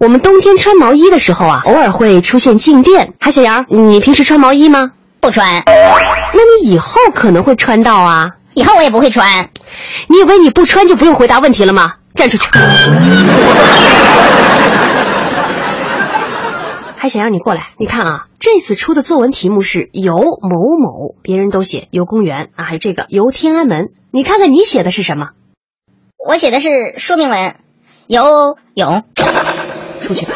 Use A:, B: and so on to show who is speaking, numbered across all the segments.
A: 我们冬天穿毛衣的时候啊，偶尔会出现静电。韩小杨，你平时穿毛衣吗？
B: 不穿，
A: 那你以后可能会穿到啊。
B: 以后我也不会穿。
A: 你以为你不穿就不用回答问题了吗？站出 去！还想让你过来，你看啊，这次出的作文题目是游某某，别人都写游公园啊，还有这个游天安门，你看看你写的是什么？
B: 我写的是说明文，游泳。
A: 出去吧。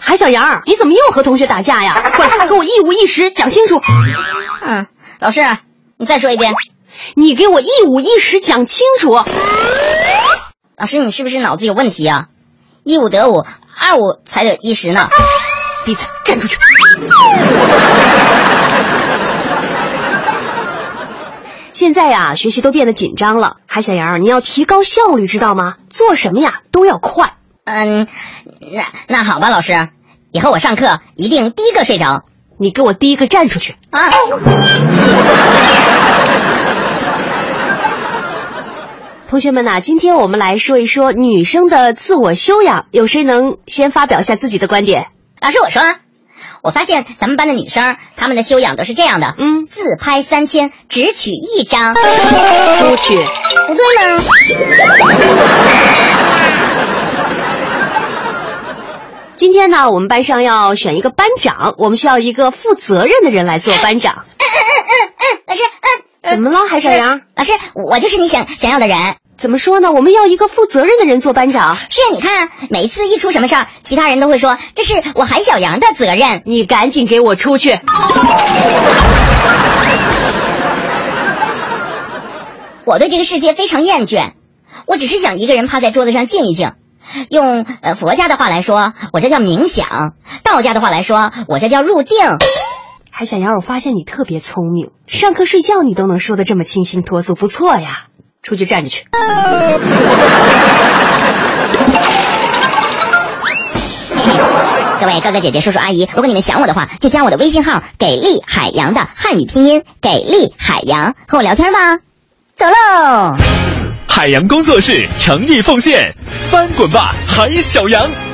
A: 韩小杨，你怎么又和同学打架呀？过来，给我一五一十讲清楚。
B: 嗯，老师，你再说一遍。
A: 你给我一五一十讲清楚。
B: 老师，你是不是脑子有问题啊？一五得五，二五才得一十呢。
A: 闭嘴，站出去。现在呀，学习都变得紧张了。韩小杨，你要提高效率，知道吗？做什么呀都要快。
B: 嗯，那那好吧，老师，以后我上课一定第一个睡着
A: 你给我第一个站出去！
B: 啊。
A: 哦同学们呐、今天我们来说一说女生的自我修养，有谁能先发表一下自己的观点？
B: 老师，我说啊，我发现咱们班的女生，她们的修养都是这样的：
A: 嗯，
B: 自拍三千，只取一 张。
A: 出去。
B: 不对吗？
A: 今天呢，我们班上要选一个班长，我们需要一个负责任的人来做班长。
B: 嗯，老师，嗯，
A: 怎么了，海小杨？
B: 老师，我就是你想想要的人。
A: 怎么说呢？我们要一个负责任的人做班长。
B: 是啊，你看，每次一出什么事儿，其他人都会说这是我韩小杨的责任。
A: 你赶紧给我出去！
B: 我对这个世界非常厌倦，我只是想一个人趴在桌子上静一静。用呃佛家的话来说，我这叫冥想；道家的话来说，我这叫入定。
A: 海小杨，我发现你特别聪明，上课睡觉你都能说的这么清新脱俗，不错呀！出去站着去。
B: 各位哥哥姐姐、叔叔阿姨，如果你们想我的话，就加我的微信号“给力海洋”的汉语拼音“给力海洋”，和我聊天吧。走喽。
C: 海洋工作室诚意奉献，翻滚吧，海小羊！